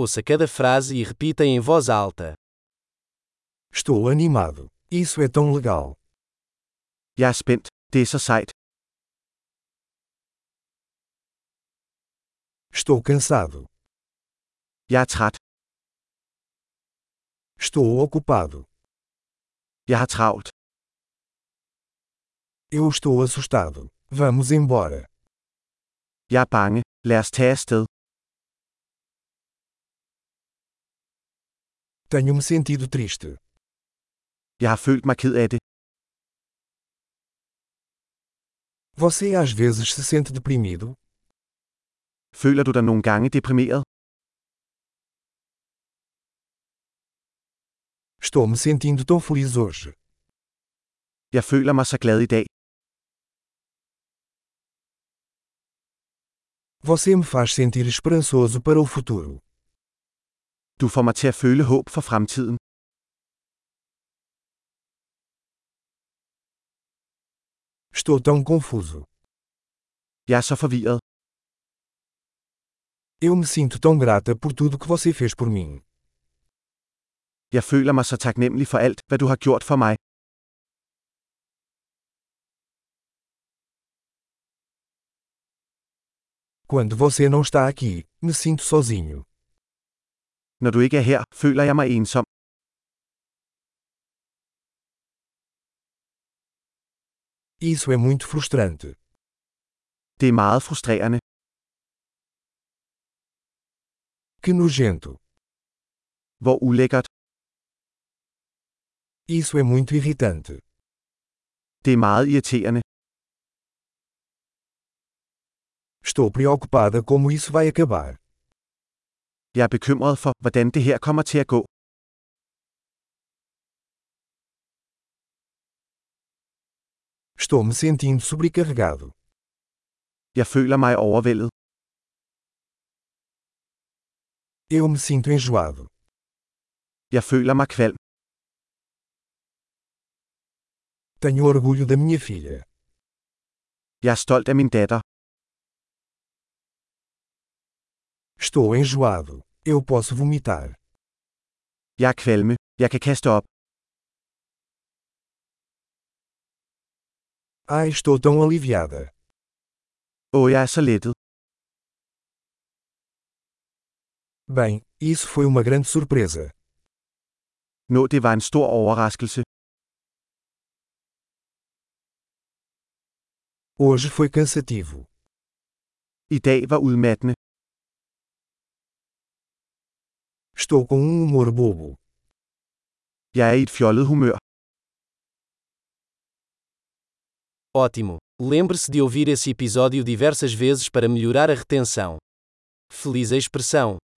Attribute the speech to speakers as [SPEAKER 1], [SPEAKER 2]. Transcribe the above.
[SPEAKER 1] Ouça cada frase e repita em voz alta.
[SPEAKER 2] Estou animado. Isso é tão legal.
[SPEAKER 3] Jeg er spændt. Det er så sejt.
[SPEAKER 2] Estou cansado.
[SPEAKER 3] Jeg er træt.
[SPEAKER 2] Estou ocupado.
[SPEAKER 3] Jeg har travlt.
[SPEAKER 2] Eu estou assustado. Vamos embora.
[SPEAKER 3] Jeg er bange. Lad os tage afsted.
[SPEAKER 2] Tenho me sentido triste.
[SPEAKER 3] Jeg har følt mig ked af det.
[SPEAKER 2] Você às vezes se sente deprimido?
[SPEAKER 3] Føler du dig nogle gange deprimeret?
[SPEAKER 2] Estou me sentindo tão feliz hoje.
[SPEAKER 3] Jeg føler mig så glad i dag.
[SPEAKER 2] Você me faz sentir esperançoso para o futuro.
[SPEAKER 3] Du får mig til at føle håb for fremtiden.
[SPEAKER 2] Estou tão confuso.
[SPEAKER 3] Jeg er så forvirret.
[SPEAKER 2] Eu me sinto tão grata por tudo que você fez por mim.
[SPEAKER 3] Jeg føler mig så taknemmelig for alt, hvad du har gjort for mig.
[SPEAKER 2] Quando você não está aqui, me sinto sozinho.
[SPEAKER 3] Når du ikke er her, føler jeg mig ensom.
[SPEAKER 2] Isso é muito frustrante.
[SPEAKER 3] Det er meget frustrerende.
[SPEAKER 2] Que nojento.
[SPEAKER 3] Hvor ulækkert.
[SPEAKER 2] Isso é muito irritante.
[SPEAKER 3] Det er meget irriterende.
[SPEAKER 2] Estou preocupada como isso vai acabar.
[SPEAKER 3] Jeg er bekymret for, hvordan det her kommer til at gå.
[SPEAKER 2] Estou me sentindo sobrecarregado.
[SPEAKER 3] Jeg føler mig overvældet.
[SPEAKER 2] Eu me sinto enjoado.
[SPEAKER 3] Jeg føler mig kvalm.
[SPEAKER 2] Tenho orgulho da minha filha.
[SPEAKER 3] Jeg er stolt af min datter.
[SPEAKER 2] Estou enjoado. Eu posso vomitar.
[SPEAKER 3] Jeg er kvalme. Jeg kan kaste op.
[SPEAKER 2] Ah, estou tão aliviada.
[SPEAKER 3] Åh, jeg er så lettet.
[SPEAKER 2] Bem, isso foi uma grande surpresa.
[SPEAKER 3] Nå, det var en stor overraskelse.
[SPEAKER 2] Hoje foi cansativo.
[SPEAKER 3] I dag var udmattende.
[SPEAKER 2] Estou com um humor bobo.
[SPEAKER 3] Jeg er i et fjollet humør.
[SPEAKER 1] Ótimo! Lembre-se de ouvir esse episódio diversas vezes para melhorar a retenção. Feliz a expressão!